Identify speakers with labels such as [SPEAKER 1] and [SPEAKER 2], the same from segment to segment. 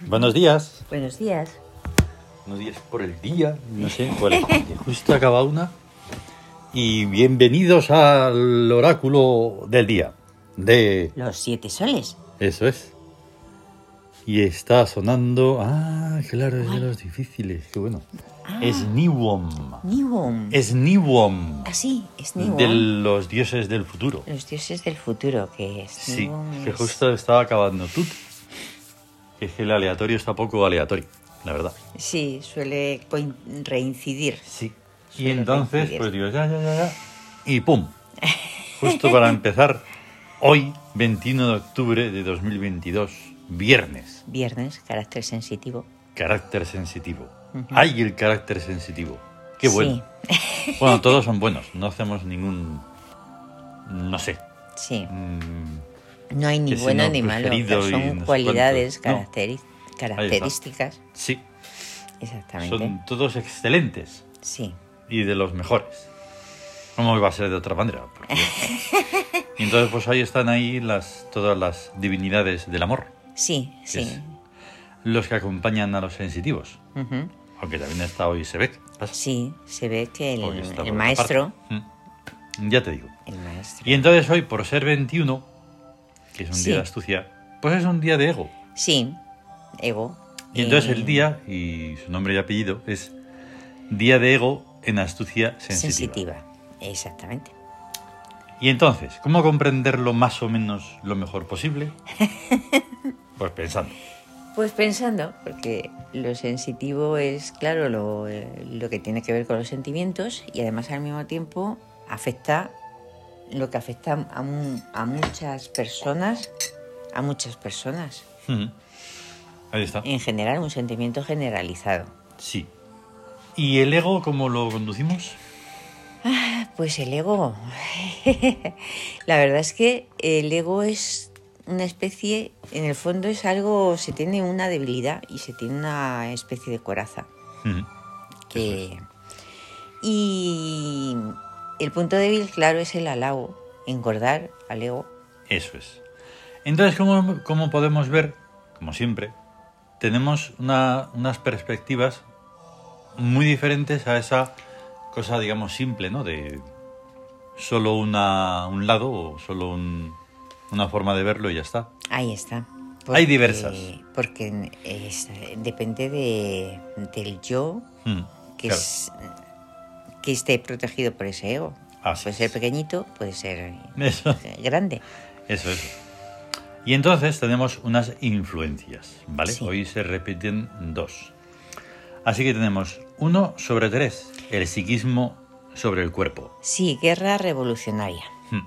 [SPEAKER 1] Buenos días.
[SPEAKER 2] Buenos días.
[SPEAKER 1] Buenos días por el día, no sé, por el día. Justo acaba una. Y bienvenidos al oráculo del día. De.
[SPEAKER 2] Los siete soles.
[SPEAKER 1] Eso es. Y está sonando. Ah, claro, es de
[SPEAKER 2] ¿Cuál?
[SPEAKER 1] los difíciles. Qué bueno.
[SPEAKER 2] Ah.
[SPEAKER 1] Es Niwom.
[SPEAKER 2] Niwon.
[SPEAKER 1] Es Niwom.
[SPEAKER 2] Así, Ah, es Niwon.
[SPEAKER 1] De los dioses del futuro.
[SPEAKER 2] Los dioses del futuro, que es
[SPEAKER 1] Sí,
[SPEAKER 2] Niwon
[SPEAKER 1] que
[SPEAKER 2] es-
[SPEAKER 1] justo estaba acabando tú. Que es que el aleatorio está poco aleatorio, la verdad.
[SPEAKER 2] Sí, suele coin- reincidir.
[SPEAKER 1] Sí. Y
[SPEAKER 2] Suele
[SPEAKER 1] entonces,
[SPEAKER 2] coincidir.
[SPEAKER 1] pues digo, ya, ya, ya, ya. Y ¡pum! Justo para empezar, hoy, 21 de octubre de 2022, viernes,
[SPEAKER 2] Viernes, carácter sensitivo.
[SPEAKER 1] carácter sensitivo.
[SPEAKER 2] Ujú.
[SPEAKER 1] Hay el carácter sensitivo. Qué bueno. Bueno, todos son buenos. No hacemos ningún. No sé.
[SPEAKER 2] Sí, sí.
[SPEAKER 1] mm,
[SPEAKER 2] No hay ni
[SPEAKER 1] Que si
[SPEAKER 2] bueno
[SPEAKER 1] no,
[SPEAKER 2] ni malo,
[SPEAKER 1] preferido
[SPEAKER 2] pero
[SPEAKER 1] y no
[SPEAKER 2] son
[SPEAKER 1] sé
[SPEAKER 2] cualidades,
[SPEAKER 1] cuántos. No.
[SPEAKER 2] caracteri- características.
[SPEAKER 1] sí,
[SPEAKER 2] Exactamente.
[SPEAKER 1] son todos excelentes
[SPEAKER 2] Sí,
[SPEAKER 1] y de los mejores. ¿Cómo iba a ser de otra manera? Por Dios. y entonces, pues ahí están ahí las, todas las divinidades del amor.
[SPEAKER 2] sí, sí.
[SPEAKER 1] es- los que acompañan a los sensitivos.
[SPEAKER 2] Ujú.
[SPEAKER 1] Aunque también está hoy se ve.
[SPEAKER 2] Sí, se ve que el,
[SPEAKER 1] Hoy está por
[SPEAKER 2] el
[SPEAKER 1] otra
[SPEAKER 2] maestro.
[SPEAKER 1] parte. Mm. Ya te digo.
[SPEAKER 2] El maestro.
[SPEAKER 1] Y entonces hoy, por ser 21, que es un
[SPEAKER 2] Sí.
[SPEAKER 1] día de astucia, pues es un día de ego.
[SPEAKER 2] Sí, ego.
[SPEAKER 1] Y entonces
[SPEAKER 2] Eh,
[SPEAKER 1] el día, y su nombre y apellido, es Día de Ego en Astucia Sensitiva.
[SPEAKER 2] sensitiva. Exactamente.
[SPEAKER 1] Y entonces, ¿cómo comprenderlo más o menos lo mejor posible? Pues pensando.
[SPEAKER 2] Pues pensando, porque lo sensitivo es, claro, lo, eh, lo que tiene que ver con los sentimientos y además al mismo tiempo afecta lo que afecta a, mu- a muchas personas, a muchas personas.
[SPEAKER 1] Ujú. Ahí está.
[SPEAKER 2] En general, un sentimiento generalizado.
[SPEAKER 1] Sí. ¿Y el ego cómo lo conducimos?
[SPEAKER 2] Pues el ego. La verdad es que el ego es una especie, en el fondo es algo, se tiene una debilidad y se tiene una especie de coraza.
[SPEAKER 1] Ujú.
[SPEAKER 2] que- Y el punto débil, claro, es el halago, engordar al ego.
[SPEAKER 1] Eso es. Entonces, como, como podemos ver, como siempre, tenemos una- unas perspectivas muy diferentes a esa cosa, digamos, simple, ¿no? De solo una, un lado o solo un- una forma de verlo y ya está.
[SPEAKER 2] Ahí está.
[SPEAKER 1] Hay diversas.
[SPEAKER 2] Porque es- depende de, del yo
[SPEAKER 1] Mm,
[SPEAKER 2] que,
[SPEAKER 1] claro.
[SPEAKER 2] es- que esté protegido por ese ego.
[SPEAKER 1] Así
[SPEAKER 2] puede
[SPEAKER 1] es.
[SPEAKER 2] ser pequeñito, puede ser
[SPEAKER 1] Eso,
[SPEAKER 2] grande.
[SPEAKER 1] eso, eso. Y entonces tenemos unas influencias, ¿vale?
[SPEAKER 2] Sí.
[SPEAKER 1] Hoy se repiten dos. Así que tenemos uno sobre tres, el psiquismo sobre el cuerpo.
[SPEAKER 2] Sí, guerra revolucionaria,
[SPEAKER 1] Mm.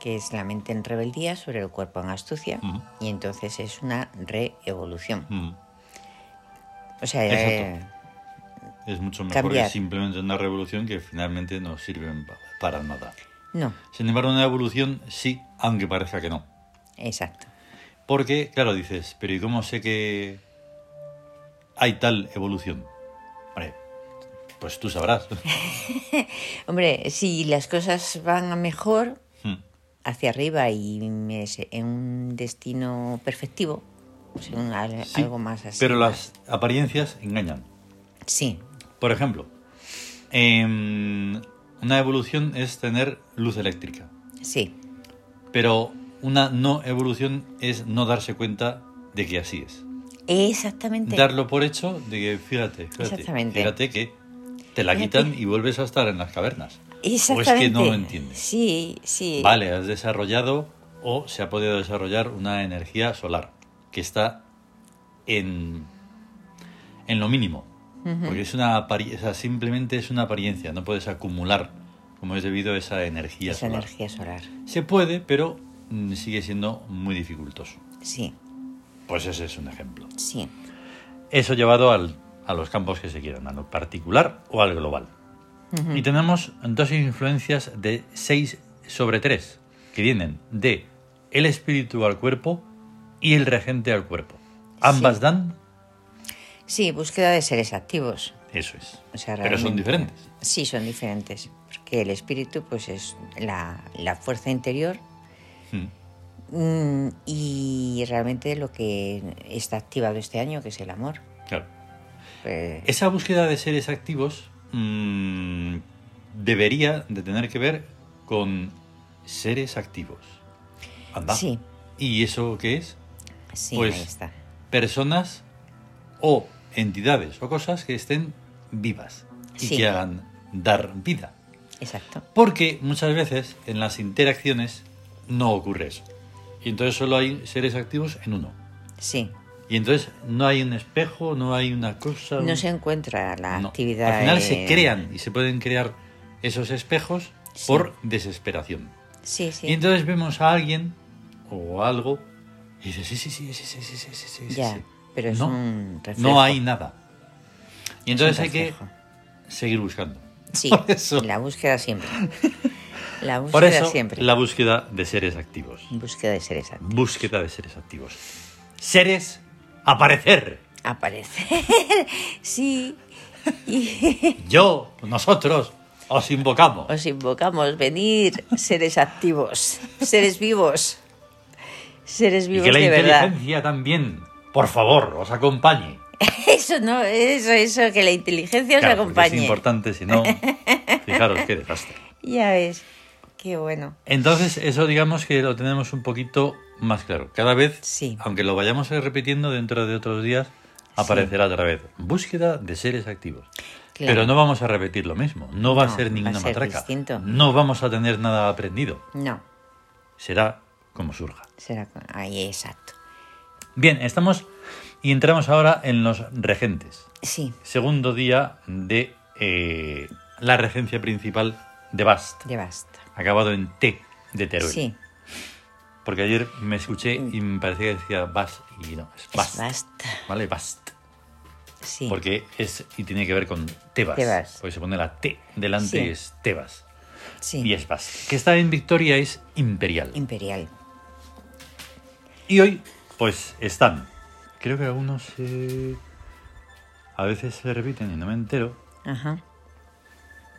[SPEAKER 2] que es la mente en rebeldía sobre el cuerpo en astucia,
[SPEAKER 1] Ujú.
[SPEAKER 2] y entonces es una reevolución.
[SPEAKER 1] Mm,
[SPEAKER 2] O sea,
[SPEAKER 1] Exacto.
[SPEAKER 2] eh,
[SPEAKER 1] Es mucho mejor
[SPEAKER 2] Cambiar.
[SPEAKER 1] que simplemente una revolución que finalmente no sirven pa- para nada.
[SPEAKER 2] no,
[SPEAKER 1] Sin embargo, una evolución sí, aunque parezca que no.
[SPEAKER 2] exacto.
[SPEAKER 1] Porque, claro, dices, pero ¿y cómo sé que hay tal evolución? Vale, pues tú sabrás.
[SPEAKER 2] Hombre, si las cosas van a mejor,
[SPEAKER 1] Mm,
[SPEAKER 2] hacia arriba y me- en un destino perfectivo, o sea, un al-
[SPEAKER 1] sí,
[SPEAKER 2] algo más así.
[SPEAKER 1] Pero
[SPEAKER 2] más-
[SPEAKER 1] las apariencias engañan.
[SPEAKER 2] Sí,
[SPEAKER 1] Por ejemplo, em, una evolución es tener luz eléctrica.
[SPEAKER 2] sí,
[SPEAKER 1] Pero una no evolución es no darse cuenta de que así es.
[SPEAKER 2] exactamente.
[SPEAKER 1] Darlo por hecho de que, fíjate, fíjate,
[SPEAKER 2] Exactamente.
[SPEAKER 1] fíjate que te la
[SPEAKER 2] Fíjate.
[SPEAKER 1] quitan y vuelves a estar en las cavernas. O es
[SPEAKER 2] exactamente.
[SPEAKER 1] que no lo entiendes.
[SPEAKER 2] Sí, sí.
[SPEAKER 1] Vale, has desarrollado o se ha podido desarrollar una energía solar que está en, en lo mínimo. Porque es una apari- o sea, simplemente es una apariencia, no puedes acumular como es debido esa energía
[SPEAKER 2] Esa
[SPEAKER 1] solar.
[SPEAKER 2] energía solar.
[SPEAKER 1] Se puede, pero mm, sigue siendo muy dificultoso.
[SPEAKER 2] Sí,
[SPEAKER 1] Pues ese es un ejemplo.
[SPEAKER 2] sí.
[SPEAKER 1] Eso llevado al- a los campos que se quieran, a lo particular o al global. Y tenemos dos influencias de 6 sobre 3, que vienen de el espíritu al cuerpo y el regente al cuerpo. Ambas
[SPEAKER 2] Sí.
[SPEAKER 1] dan,
[SPEAKER 2] Sí, búsqueda de seres activos.
[SPEAKER 1] eso es.
[SPEAKER 2] O sea,
[SPEAKER 1] Pero son
[SPEAKER 2] realmente-
[SPEAKER 1] diferentes.
[SPEAKER 2] Sí, son diferentes. Porque el espíritu, pues es la, la fuerza interior
[SPEAKER 1] Mm,
[SPEAKER 2] Mm, y realmente lo que está activado este año, que es el amor.
[SPEAKER 1] Claro.
[SPEAKER 2] Pues,
[SPEAKER 1] Esa búsqueda de seres activos mm, debería de tener que ver con seres activos. Anda.
[SPEAKER 2] Sí.
[SPEAKER 1] ¿Y eso qué es?
[SPEAKER 2] sí,
[SPEAKER 1] Pues-
[SPEAKER 2] ahí está.
[SPEAKER 1] Personas o entidades o cosas que estén vivas y
[SPEAKER 2] Sí.
[SPEAKER 1] que hagan dar vida.
[SPEAKER 2] Exacto.
[SPEAKER 1] Porque muchas veces en las interacciones no ocurre eso. Y entonces solo hay seres activos en uno.
[SPEAKER 2] Sí.
[SPEAKER 1] Y entonces no hay un espejo, no hay una cosa.
[SPEAKER 2] No
[SPEAKER 1] un-
[SPEAKER 2] se encuentra la
[SPEAKER 1] Um, No.
[SPEAKER 2] actividad.
[SPEAKER 1] Al final
[SPEAKER 2] eh,
[SPEAKER 1] se crean y se pueden crear esos espejos
[SPEAKER 2] Sí.
[SPEAKER 1] por desesperación.
[SPEAKER 2] Sí, sí.
[SPEAKER 1] Y entonces vemos a alguien o algo y dices, sí, sí, sí, sí, sí, sí, sí, sí, sí,
[SPEAKER 2] Ya,
[SPEAKER 1] sí".
[SPEAKER 2] pero es
[SPEAKER 1] no,
[SPEAKER 2] un reflejo.
[SPEAKER 1] no hay nada. Y
[SPEAKER 2] Es un
[SPEAKER 1] entonces hay que
[SPEAKER 2] reflejo.
[SPEAKER 1] seguir buscando.
[SPEAKER 2] Sí,
[SPEAKER 1] Por eso.
[SPEAKER 2] la búsqueda siempre. La búsqueda
[SPEAKER 1] Por eso,
[SPEAKER 2] siempre.
[SPEAKER 1] la búsqueda de seres activos.
[SPEAKER 2] Búsqueda de seres activos.
[SPEAKER 1] Búsqueda de seres activos. Seres aparecer.
[SPEAKER 2] Aparecer. sí.
[SPEAKER 1] Yo, nosotros, os invocamos.
[SPEAKER 2] Os invocamos, venir, seres activos, seres vivos. Seres
[SPEAKER 1] Y
[SPEAKER 2] vivos
[SPEAKER 1] que la
[SPEAKER 2] de verdad.
[SPEAKER 1] inteligencia también, por favor, os acompañe.
[SPEAKER 2] Eso no, eso, eso, que la inteligencia
[SPEAKER 1] Claro,
[SPEAKER 2] os
[SPEAKER 1] porque
[SPEAKER 2] acompañe.
[SPEAKER 1] Es importante, si no, fijaros qué desastre.
[SPEAKER 2] Ya ves, qué bueno.
[SPEAKER 1] Entonces, eso digamos que lo tenemos un poquito más claro. Cada vez,
[SPEAKER 2] Sí.
[SPEAKER 1] aunque lo vayamos repitiendo dentro de otros días, aparecerá otra vez. Búsqueda de seres activos.
[SPEAKER 2] Claro.
[SPEAKER 1] Pero no vamos a repetir lo mismo. No va a
[SPEAKER 2] No, va
[SPEAKER 1] ser
[SPEAKER 2] a
[SPEAKER 1] ninguna
[SPEAKER 2] ser
[SPEAKER 1] matraca.
[SPEAKER 2] distinto.
[SPEAKER 1] No vamos a tener nada aprendido.
[SPEAKER 2] No,
[SPEAKER 1] Será como surja.
[SPEAKER 2] será con- ahí exacto.
[SPEAKER 1] Bien, estamos y entramos ahora en los regentes.
[SPEAKER 2] Sí,
[SPEAKER 1] Segundo día de eh, la regencia principal de Bast,
[SPEAKER 2] ya basta.
[SPEAKER 1] acabado en T de Teruel.
[SPEAKER 2] Sí,
[SPEAKER 1] Porque ayer me escuché y me parecía que decía Bast y no, es Bast.
[SPEAKER 2] es basta.
[SPEAKER 1] ¿Vale? Bast.
[SPEAKER 2] Sí,
[SPEAKER 1] Porque es y tiene que ver con Tebas.
[SPEAKER 2] Tebas.
[SPEAKER 1] Porque se pone la T delante
[SPEAKER 2] Sí.
[SPEAKER 1] y es Tebas.
[SPEAKER 2] sí.
[SPEAKER 1] Y es Bast. Que está en Victoria es imperial.
[SPEAKER 2] Imperial.
[SPEAKER 1] Y hoy, pues están. Creo que algunos eh, a veces se repiten y no me entero.
[SPEAKER 2] Ajá.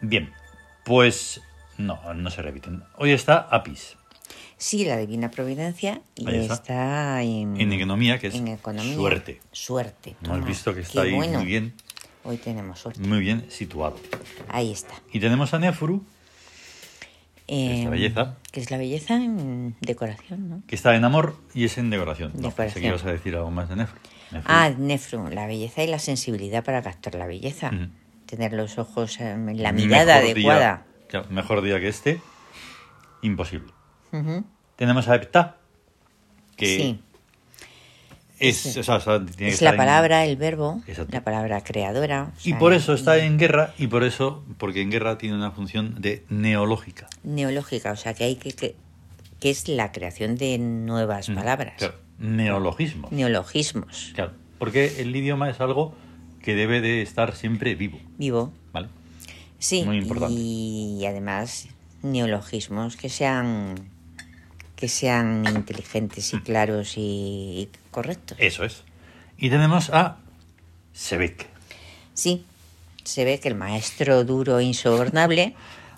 [SPEAKER 1] Bien, pues no, no se repiten. Hoy está Apis,
[SPEAKER 2] Sí, la divina providencia y
[SPEAKER 1] Ahí
[SPEAKER 2] está.
[SPEAKER 1] está.
[SPEAKER 2] en,
[SPEAKER 1] en economía, que es
[SPEAKER 2] Mm. en economía.
[SPEAKER 1] suerte.
[SPEAKER 2] Suerte.
[SPEAKER 1] ¿No has
[SPEAKER 2] toma,
[SPEAKER 1] visto que
[SPEAKER 2] qué
[SPEAKER 1] está ahí
[SPEAKER 2] bueno.
[SPEAKER 1] muy bien,
[SPEAKER 2] Hoy tenemos suerte.
[SPEAKER 1] muy bien situado?
[SPEAKER 2] Ahí está.
[SPEAKER 1] Y tenemos a Nefru, es la
[SPEAKER 2] Eh,
[SPEAKER 1] belleza.
[SPEAKER 2] Que es la belleza en decoración, ¿no?
[SPEAKER 1] que está en amor y es en decoración. No, pensé
[SPEAKER 2] Decoración.
[SPEAKER 1] que ibas a decir algo más de Nefru. Nefru.
[SPEAKER 2] Ah, Nefru, la belleza y la sensibilidad para captar la belleza.
[SPEAKER 1] Ujú.
[SPEAKER 2] Tener los ojos, eh, la
[SPEAKER 1] Mejor
[SPEAKER 2] mirada
[SPEAKER 1] día-
[SPEAKER 2] adecuada.
[SPEAKER 1] claro, mejor día que este, imposible.
[SPEAKER 2] Ujú,
[SPEAKER 1] Tenemos a Epta, que
[SPEAKER 2] Sí,
[SPEAKER 1] es, o sea, está- tiene que
[SPEAKER 2] es
[SPEAKER 1] estar
[SPEAKER 2] la
[SPEAKER 1] en-
[SPEAKER 2] palabra, el verbo,
[SPEAKER 1] Exacto.
[SPEAKER 2] la palabra creadora. o
[SPEAKER 1] Y
[SPEAKER 2] sea,
[SPEAKER 1] por eso está en guerra y por eso, porque en guerra tiene una función de neológica.
[SPEAKER 2] Neológica, o sea, que hay que, que, que es la creación de nuevas palabras.
[SPEAKER 1] Mm,
[SPEAKER 2] Mm.
[SPEAKER 1] Claro, neologismo.
[SPEAKER 2] Neologismos.
[SPEAKER 1] Claro, porque el idioma es algo que debe de estar siempre vivo,
[SPEAKER 2] Vivo.
[SPEAKER 1] ¿vale?
[SPEAKER 2] Sí.
[SPEAKER 1] Muy importante.
[SPEAKER 2] Y además, neologismos que sean que sean inteligentes y claros y, y correctos.
[SPEAKER 1] Eso es. Y tenemos a Sebek.
[SPEAKER 2] Sí, se ve que el maestro duro e insobornable,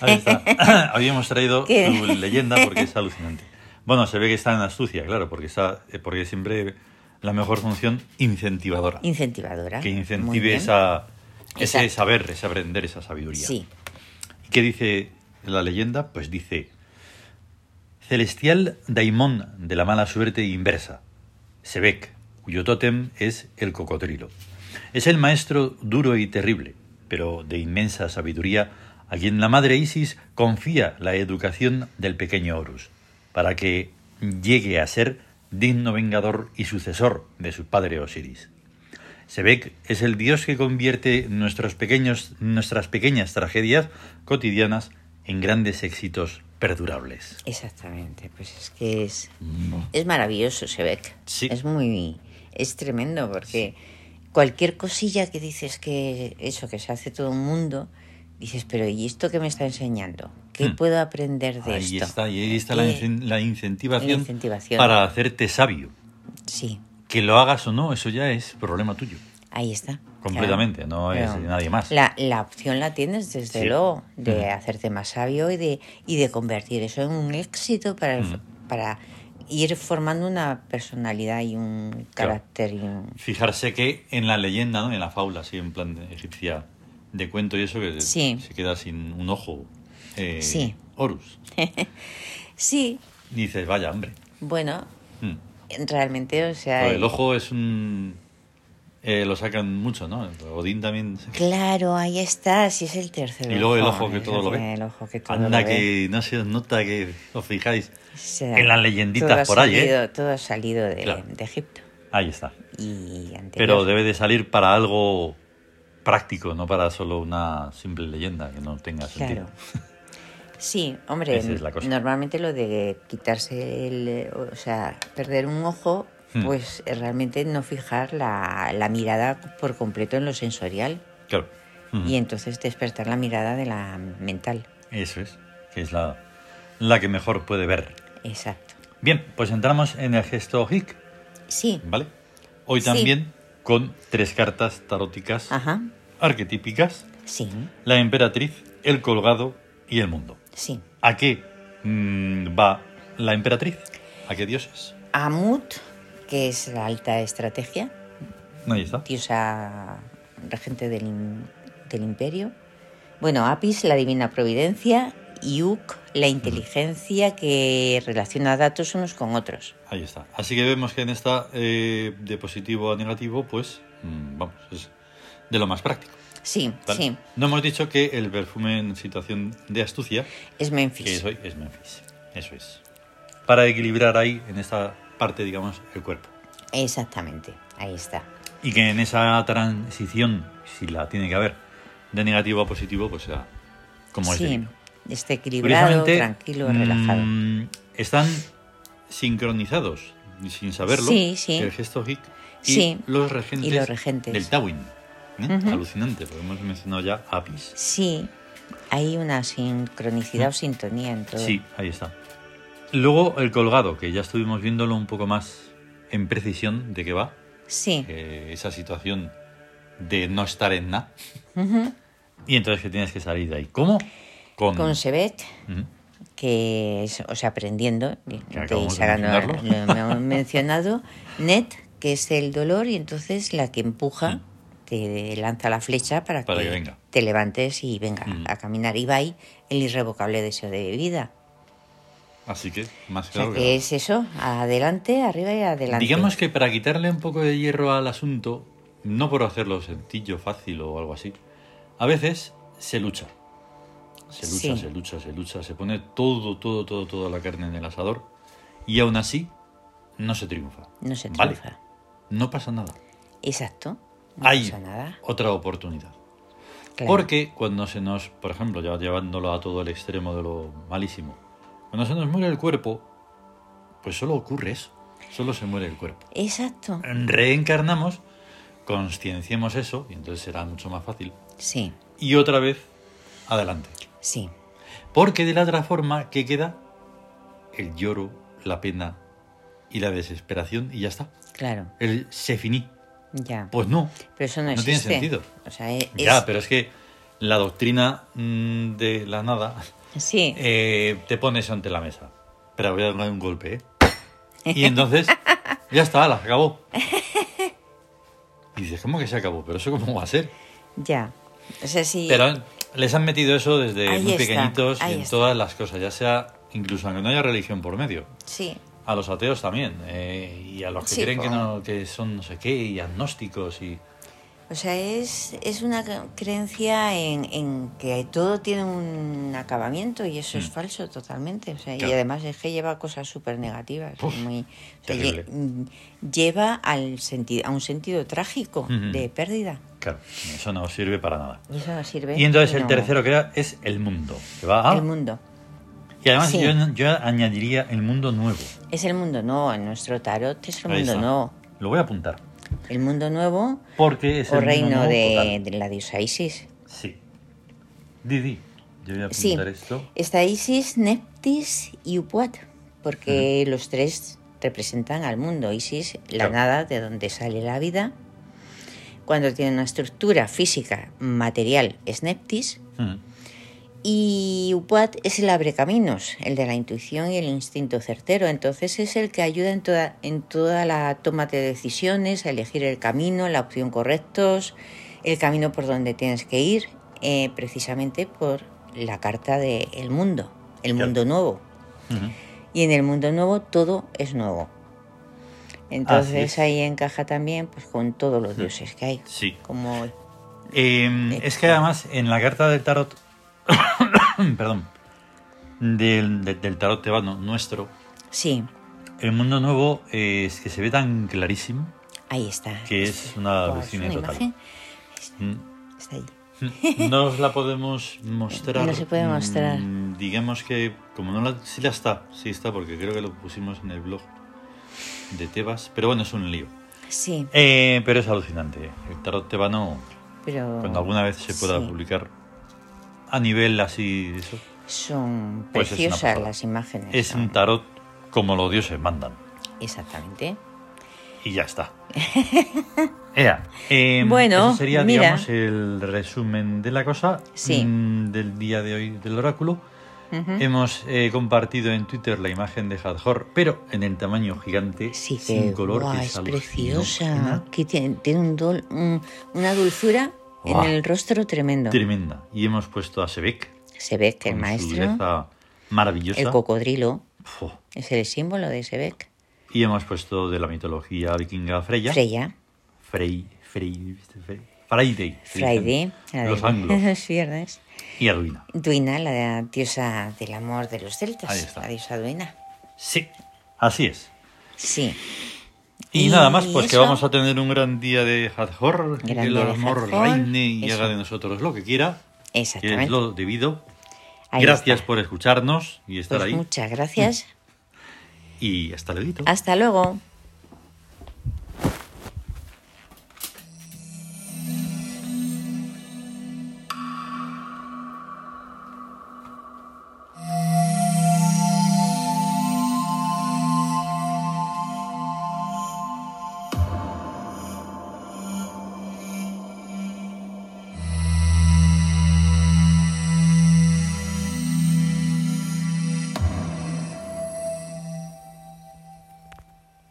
[SPEAKER 1] Ahí está. Hoy hemos traído
[SPEAKER 2] ¿Qué?
[SPEAKER 1] su leyenda porque es alucinante. Bueno, se ve que está en astucia, claro, porque está, eh, porque siempre la mejor función incentivadora.
[SPEAKER 2] incentivadora.
[SPEAKER 1] que
[SPEAKER 2] Muy
[SPEAKER 1] incentive
[SPEAKER 2] bien.
[SPEAKER 1] esa, ese
[SPEAKER 2] Exacto.
[SPEAKER 1] saber, ese aprender, esa sabiduría.
[SPEAKER 2] Sí,
[SPEAKER 1] ¿Y ¿Qué dice la leyenda? Pues dice, celestial daimón de la mala suerte inversa, Sebek, cuyo tótem es el cocodrilo. Es el maestro duro y terrible, pero de inmensa sabiduría, a quien la madre Isis confía la educación del pequeño Horus, para que llegue a ser digno vengador y sucesor de su padre Osiris. Sebek es el dios que convierte nuestros pequeños, nuestras pequeñas tragedias cotidianas en grandes éxitos perdurables.
[SPEAKER 2] exactamente. Pues es que es, es maravilloso, se ve. que
[SPEAKER 1] Sí.
[SPEAKER 2] Es muy. Es tremendo porque cualquier cosilla que dices que eso, que se hace todo un mundo, dices, pero ¿y esto qué me está enseñando? ¿Qué
[SPEAKER 1] Hmm.
[SPEAKER 2] puedo aprender de
[SPEAKER 1] Ahí
[SPEAKER 2] esto?
[SPEAKER 1] está, y ahí está la,
[SPEAKER 2] Eh,
[SPEAKER 1] incen- la incentivación,
[SPEAKER 2] la incentivación.
[SPEAKER 1] para hacerte sabio.
[SPEAKER 2] Sí,
[SPEAKER 1] Que lo hagas o no, eso ya es problema tuyo.
[SPEAKER 2] ahí está.
[SPEAKER 1] Completamente, no es de nadie más.
[SPEAKER 2] La, la opción la tienes, desde
[SPEAKER 1] Sí.
[SPEAKER 2] luego, de
[SPEAKER 1] Ujú.
[SPEAKER 2] hacerte más sabio y de, y de convertir eso en un éxito para, el- para ir formando una personalidad y un
[SPEAKER 1] Claro.
[SPEAKER 2] carácter. y un-
[SPEAKER 1] Fijarse que en la leyenda, ¿no? En la fábula, así en plan de- egipcia de cuento y eso, que
[SPEAKER 2] Sí.
[SPEAKER 1] se queda sin un ojo. eh,
[SPEAKER 2] Sí.
[SPEAKER 1] Horus.
[SPEAKER 2] Sí,
[SPEAKER 1] Y dices, vaya, hombre.
[SPEAKER 2] bueno,
[SPEAKER 1] Mm.
[SPEAKER 2] realmente, o sea.
[SPEAKER 1] el ojo es un... eh, lo sacan mucho, ¿no? Odín también...
[SPEAKER 2] Claro, ahí está, sí es el tercer
[SPEAKER 1] Y luego el ojo que
[SPEAKER 2] es
[SPEAKER 1] todo lo
[SPEAKER 2] el-
[SPEAKER 1] ve.
[SPEAKER 2] El ojo que todo
[SPEAKER 1] Anda
[SPEAKER 2] lo ve.
[SPEAKER 1] que no se os nota que os fijáis.
[SPEAKER 2] Sí.
[SPEAKER 1] en las leyenditas
[SPEAKER 2] Todo ha
[SPEAKER 1] por ahí, ¿eh?
[SPEAKER 2] salido- Todo ha salido de,
[SPEAKER 1] Claro.
[SPEAKER 2] de Egipto.
[SPEAKER 1] Ahí está.
[SPEAKER 2] Y anterior.
[SPEAKER 1] Pero debe de salir para algo práctico, no para solo una simple leyenda que no tenga sentido.
[SPEAKER 2] Claro. Sí, hombre,
[SPEAKER 1] Esa es la cosa.
[SPEAKER 2] normalmente lo de quitarse el. O sea, perder un ojo,
[SPEAKER 1] Hmm.
[SPEAKER 2] pues es realmente no fijar la, la mirada por completo en lo sensorial.
[SPEAKER 1] Claro. Ujú.
[SPEAKER 2] Y entonces despertar la mirada de la mental.
[SPEAKER 1] Eso es, que es la, la que mejor puede ver.
[SPEAKER 2] Exacto.
[SPEAKER 1] Bien, pues entramos en el gesto hic,
[SPEAKER 2] Sí.
[SPEAKER 1] ¿vale? Hoy
[SPEAKER 2] Sí. Ah.
[SPEAKER 1] también con tres cartas taróticas
[SPEAKER 2] Ajá.
[SPEAKER 1] arquetípicas,
[SPEAKER 2] Sí.
[SPEAKER 1] la emperatriz, el colgado y el mundo.
[SPEAKER 2] Sí.
[SPEAKER 1] ¿A qué mm, va la emperatriz? ¿A qué dioses?
[SPEAKER 2] Amut, que es la alta estrategia,
[SPEAKER 1] Ahí está.
[SPEAKER 2] diosa regente del, im- del imperio. Bueno, Apis, la divina providencia, y Uk, la inteligencia que relaciona datos unos con otros.
[SPEAKER 1] Ahí está. Así que vemos que en esta eh, de positivo a negativo, pues mm, vamos, es de lo más práctico.
[SPEAKER 2] Sí,
[SPEAKER 1] ¿vale?
[SPEAKER 2] sí,
[SPEAKER 1] No hemos dicho que el perfume en situación de astucia
[SPEAKER 2] es
[SPEAKER 1] que
[SPEAKER 2] Memphis.
[SPEAKER 1] es hoy es Memphis. Eso es. Para equilibrar ahí, en esta parte, digamos, el cuerpo.
[SPEAKER 2] Exactamente, ahí está.
[SPEAKER 1] Y que en esa transición, si la tiene que haber, de negativo a positivo, pues sea como es
[SPEAKER 2] sí,
[SPEAKER 1] debido.
[SPEAKER 2] está equilibrado,
[SPEAKER 1] Curiosamente,
[SPEAKER 2] tranquilo,
[SPEAKER 1] mm,
[SPEAKER 2] relajado.
[SPEAKER 1] Están sincronizados, y sin saberlo,
[SPEAKER 2] Sí, sí.
[SPEAKER 1] el gesto hic y
[SPEAKER 2] Sí.
[SPEAKER 1] los regentes,
[SPEAKER 2] Y los regentes.
[SPEAKER 1] del Tawin. ¿eh?
[SPEAKER 2] Ujú.
[SPEAKER 1] Alucinante, porque hemos mencionado ya Apis.
[SPEAKER 2] Sí, hay una sincronicidad o sintonía en todo.
[SPEAKER 1] Sí, ahí está. Luego el colgado, que ya estuvimos viéndolo un poco más en precisión de qué va.
[SPEAKER 2] Sí,
[SPEAKER 1] eh, esa situación de no estar en nada.
[SPEAKER 2] ujú,
[SPEAKER 1] Y entonces que tienes que salir de ahí. ¿Cómo? Con...
[SPEAKER 2] con Sebet.
[SPEAKER 1] Ujú.
[SPEAKER 2] que es, o sea, aprendiendo,
[SPEAKER 1] Que
[SPEAKER 2] de
[SPEAKER 1] acabamos de
[SPEAKER 2] sacando-
[SPEAKER 1] mencionarlo.
[SPEAKER 2] lo hemos mencionado, Net, que es el dolor, y entonces la que empuja,
[SPEAKER 1] Mm.
[SPEAKER 2] te lanza la flecha para,
[SPEAKER 1] Para que venga.
[SPEAKER 2] te levantes y venga
[SPEAKER 1] Mm.
[SPEAKER 2] a caminar. Y va ahí el irrevocable deseo de vida.
[SPEAKER 1] Así que, más
[SPEAKER 2] O sea,
[SPEAKER 1] claro
[SPEAKER 2] que
[SPEAKER 1] que nada.
[SPEAKER 2] es eso, adelante, arriba y adelante.
[SPEAKER 1] Digamos que para quitarle un poco de hierro al asunto, no por hacerlo sencillo, fácil o algo así, a veces se lucha. Se lucha,
[SPEAKER 2] Sí.
[SPEAKER 1] se lucha, se lucha, se pone todo, todo, todo, toda la carne en el asador y aún así no se triunfa.
[SPEAKER 2] No se
[SPEAKER 1] Vale.
[SPEAKER 2] triunfa.
[SPEAKER 1] No pasa nada.
[SPEAKER 2] Exacto. No
[SPEAKER 1] Hay
[SPEAKER 2] pasa nada.
[SPEAKER 1] otra oportunidad.
[SPEAKER 2] claro.
[SPEAKER 1] Porque cuando se nos, por ejemplo, ya llevándolo a todo el extremo de lo malísimo, cuando se nos muere el cuerpo, pues solo ocurre eso, solo se muere el cuerpo.
[SPEAKER 2] Exacto.
[SPEAKER 1] Reencarnamos, concienciemos eso y entonces será mucho más fácil.
[SPEAKER 2] Sí,
[SPEAKER 1] Y otra vez, adelante.
[SPEAKER 2] sí.
[SPEAKER 1] Porque de la otra forma, ¿qué queda? El lloro, la pena y la desesperación y ya está.
[SPEAKER 2] Claro,
[SPEAKER 1] El se finí.
[SPEAKER 2] ya.
[SPEAKER 1] Pues no,
[SPEAKER 2] pero eso no,
[SPEAKER 1] no tiene
[SPEAKER 2] existe.
[SPEAKER 1] sentido.
[SPEAKER 2] O sea, e- es,
[SPEAKER 1] Ya, pero es que la doctrina mm, de la nada
[SPEAKER 2] sí.
[SPEAKER 1] eh, te pones ante la mesa. Pero voy a dar un golpe, ¿eh? Y entonces, ya está, la acabó. Y dices, ¿cómo que se acabó? Pero eso, ¿cómo va a ser?
[SPEAKER 2] Ya. O sea, sí.
[SPEAKER 1] Pero les han metido eso desde
[SPEAKER 2] Ahí
[SPEAKER 1] muy
[SPEAKER 2] está,
[SPEAKER 1] pequeñitos
[SPEAKER 2] ahí
[SPEAKER 1] en
[SPEAKER 2] está.
[SPEAKER 1] todas las cosas, ya sea, incluso aunque no haya religión por medio.
[SPEAKER 2] Sí,
[SPEAKER 1] A los ateos también, eh, y a los que
[SPEAKER 2] Sí,
[SPEAKER 1] creen que,
[SPEAKER 2] pues.
[SPEAKER 1] no, que son no sé qué, y agnósticos, y.
[SPEAKER 2] o sea, es, es una cre- creencia en, en que todo tiene un acabamiento y eso es
[SPEAKER 1] Mm.
[SPEAKER 2] falso totalmente. O sea,
[SPEAKER 1] Claro.
[SPEAKER 2] Y además es que lleva cosas súper negativas.
[SPEAKER 1] Uf,
[SPEAKER 2] muy, o sea,
[SPEAKER 1] terrible.
[SPEAKER 2] lle- mm, lleva al sentido, a un sentido trágico
[SPEAKER 1] Ujú.
[SPEAKER 2] de pérdida.
[SPEAKER 1] Claro, eso no sirve para nada.
[SPEAKER 2] Y eso no sirve.
[SPEAKER 1] Y entonces el
[SPEAKER 2] no.
[SPEAKER 1] tercero que da es el mundo, que va a-
[SPEAKER 2] El mundo.
[SPEAKER 1] Y además
[SPEAKER 2] Sí.
[SPEAKER 1] yo, yo añadiría el mundo nuevo.
[SPEAKER 2] Es el mundo nuevo. En nuestro tarot es el
[SPEAKER 1] Ahí
[SPEAKER 2] mundo
[SPEAKER 1] está.
[SPEAKER 2] nuevo.
[SPEAKER 1] Lo voy a apuntar.
[SPEAKER 2] El mundo nuevo
[SPEAKER 1] Porque es
[SPEAKER 2] o
[SPEAKER 1] el mundo
[SPEAKER 2] reino
[SPEAKER 1] nuevo
[SPEAKER 2] de,
[SPEAKER 1] total.
[SPEAKER 2] de la diosa Isis.
[SPEAKER 1] Sí. Didi, yo voy a apuntar
[SPEAKER 2] Sí.
[SPEAKER 1] esto.
[SPEAKER 2] Está Isis, Neptis y Upuat, porque los tres representan al mundo. Isis, la
[SPEAKER 1] Claro.
[SPEAKER 2] nada de donde sale la vida. Cuando tiene una estructura física, material, es Neptis.
[SPEAKER 1] Mm.
[SPEAKER 2] Y Upat es el abre caminos, el de la intuición y el instinto certero. Entonces es el que ayuda en toda, en toda la toma de decisiones, a elegir el camino, la opción correctos, el camino por donde tienes que ir, eh, precisamente por la carta del el mundo, el
[SPEAKER 1] Claro.
[SPEAKER 2] mundo nuevo.
[SPEAKER 1] Ujú.
[SPEAKER 2] Y en el mundo nuevo todo es nuevo. Entonces
[SPEAKER 1] es.
[SPEAKER 2] ahí encaja también pues, con todos los dioses que hay.
[SPEAKER 1] Sí.
[SPEAKER 2] Como
[SPEAKER 1] Eh, es que además en la carta del tarot, perdón, del, de- del tarot tebano nuestro,
[SPEAKER 2] sí,
[SPEAKER 1] el mundo nuevo eh, es que se ve tan clarísimo
[SPEAKER 2] ahí está.
[SPEAKER 1] que es una
[SPEAKER 2] Guau,
[SPEAKER 1] alucina
[SPEAKER 2] una
[SPEAKER 1] total.
[SPEAKER 2] imagen,
[SPEAKER 1] Mm,
[SPEAKER 2] Está ahí.
[SPEAKER 1] No os la podemos mostrar.
[SPEAKER 2] No se puede mostrar.
[SPEAKER 1] Mm, Digamos que, como no la. Sí, la está, sí está, porque creo que lo pusimos en el blog de Tebas. Pero bueno, es un lío.
[SPEAKER 2] Sí,
[SPEAKER 1] Eh, pero es alucinante. El tarot tebano,
[SPEAKER 2] pero
[SPEAKER 1] cuando alguna vez se pueda
[SPEAKER 2] Oh, sí.
[SPEAKER 1] publicar a nivel así, eso,
[SPEAKER 2] son
[SPEAKER 1] Pues es una
[SPEAKER 2] preciosas
[SPEAKER 1] pasada.
[SPEAKER 2] las imágenes.
[SPEAKER 1] es
[SPEAKER 2] son-
[SPEAKER 1] un tarot como los dioses mandan.
[SPEAKER 2] Exactamente.
[SPEAKER 1] Y ya está. Ea, eh,
[SPEAKER 2] Bueno,
[SPEAKER 1] ese sería,
[SPEAKER 2] mira.
[SPEAKER 1] digamos, el resumen de la cosa
[SPEAKER 2] Sí.
[SPEAKER 1] mm, del día de hoy del oráculo.
[SPEAKER 2] Ujú.
[SPEAKER 1] Hemos eh, compartido en Twitter la imagen de Hadhor, pero en el tamaño gigante,
[SPEAKER 2] Sí, que
[SPEAKER 1] sin color,
[SPEAKER 2] guau,
[SPEAKER 1] que
[SPEAKER 2] es
[SPEAKER 1] alucinógena.
[SPEAKER 2] preciosa. Que tiene, tiene un dol- un- una dulzura
[SPEAKER 1] Guau.
[SPEAKER 2] en el rostro tremendo.
[SPEAKER 1] Tremenda. Y hemos puesto a Sebek,
[SPEAKER 2] Se ve que el
[SPEAKER 1] con su
[SPEAKER 2] maestro,
[SPEAKER 1] dureza maravillosa.
[SPEAKER 2] el cocodrilo,
[SPEAKER 1] Fo.
[SPEAKER 2] es el símbolo de Sebek.
[SPEAKER 1] Y hemos puesto de la mitología vikinga Freya.
[SPEAKER 2] Freya,
[SPEAKER 1] Frey, Frey, ¿viste? Frey- Friday. que
[SPEAKER 2] Friday,
[SPEAKER 1] dicen
[SPEAKER 2] la de
[SPEAKER 1] Los anglos.
[SPEAKER 2] los viernes.
[SPEAKER 1] Y Arduino.
[SPEAKER 2] Duina, la diosa del amor de los celtas.
[SPEAKER 1] Ahí está.
[SPEAKER 2] La diosa Duina.
[SPEAKER 1] Sí, así es.
[SPEAKER 2] Sí.
[SPEAKER 1] Y,
[SPEAKER 2] Y
[SPEAKER 1] nada más, pues que
[SPEAKER 2] eso.
[SPEAKER 1] vamos a tener un gran día de Hadhor, que
[SPEAKER 2] Gran
[SPEAKER 1] el
[SPEAKER 2] día de
[SPEAKER 1] amor
[SPEAKER 2] Hathor,
[SPEAKER 1] reine y
[SPEAKER 2] eso.
[SPEAKER 1] haga de nosotros lo que quiera, que
[SPEAKER 2] Exactamente.
[SPEAKER 1] es lo debido.
[SPEAKER 2] Ahí
[SPEAKER 1] gracias
[SPEAKER 2] está.
[SPEAKER 1] por escucharnos y estar
[SPEAKER 2] Pues
[SPEAKER 1] ahí. Mm.
[SPEAKER 2] Muchas gracias.
[SPEAKER 1] Y hasta luego.
[SPEAKER 2] Hasta luego.